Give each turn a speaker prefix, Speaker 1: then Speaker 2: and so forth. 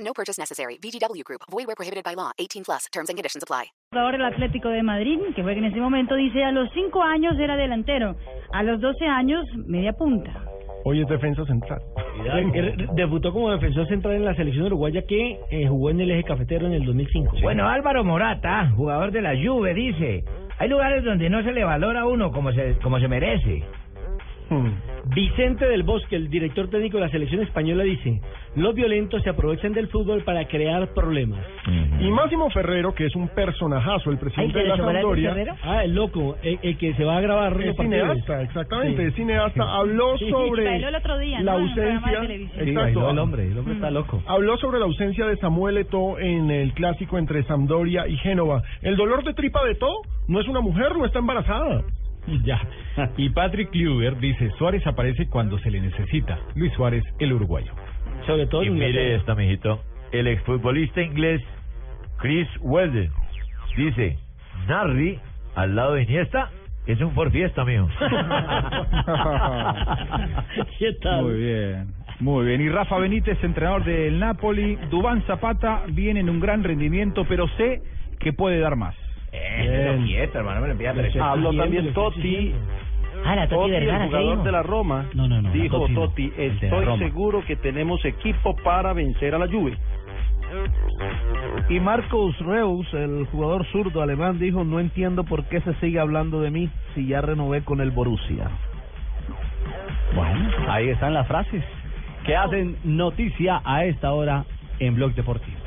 Speaker 1: No purchase necessary. VGW Group. Void where prohibited by law. 18 plus. Terms and conditions apply.
Speaker 2: jugador del Atlético de Madrid, que juega en ese momento, dice a los 5 años era delantero, a los 12 años media punta.
Speaker 3: Hoy es defensa central.
Speaker 4: Debutó como defensor central en la selección uruguaya que eh, jugó en el eje cafetero en el 2005.
Speaker 5: Bueno, Álvaro Morata, jugador de la Juve, dice, hay lugares donde no se le valora a uno como se, como se merece.
Speaker 4: Vicente del Bosque, el director técnico de la selección española, dice, los violentos se aprovechan del fútbol para crear problemas.
Speaker 3: Y Máximo Ferrero, que es un personajazo, el presidente de la Sampdoria,
Speaker 4: Ah, el loco, el, el que se va a grabar los
Speaker 3: es
Speaker 4: partidos.
Speaker 3: cineasta, exactamente, es cineasta, habló
Speaker 4: Sí,
Speaker 3: sobre
Speaker 2: bailó el otro día,
Speaker 3: la
Speaker 2: ¿no? En un programa de
Speaker 3: ausencia,
Speaker 2: televisión.
Speaker 3: exacto, Mm.
Speaker 4: el hombre está loco.
Speaker 3: habló sobre la ausencia de Samuel Eto'o en el clásico entre Sampdoria y Génova. El dolor de tripa de Eto'o no es una mujer, no está embarazada.
Speaker 6: Ya. Y Patrick Kluber dice, Suárez aparece cuando se le necesita. Luis Suárez, el uruguayo.
Speaker 4: Sobre todo
Speaker 7: Y
Speaker 4: en
Speaker 7: mire
Speaker 4: Inglaterra.
Speaker 7: esta, mijito. El exfutbolista inglés Chris Weldon dice: Narri al lado de Iniesta es un por fiesta, mijo.
Speaker 4: ¿Qué tal?
Speaker 8: Muy bien, muy bien. Y Rafa Benítez, entrenador del Napoli, Dubán Zapata viene en un gran rendimiento, pero sé que puede dar más.
Speaker 5: Eh, no quieto, hermano, me lo pide a tres.
Speaker 4: Habló también Totti.
Speaker 5: Ah, la Toti Vergara, ¿qué dijo?
Speaker 4: la Roma no, no, no, dijo Totti, estoy seguro que tenemos equipo para vencer a la Juve. Y Marcus Reus, el jugador zurdo alemán, dijo, no entiendo por qué se sigue hablando de mí si ya renové con el Borussia. Bueno, ahí están las frases que hacen noticia a esta hora en Blog Deportivo.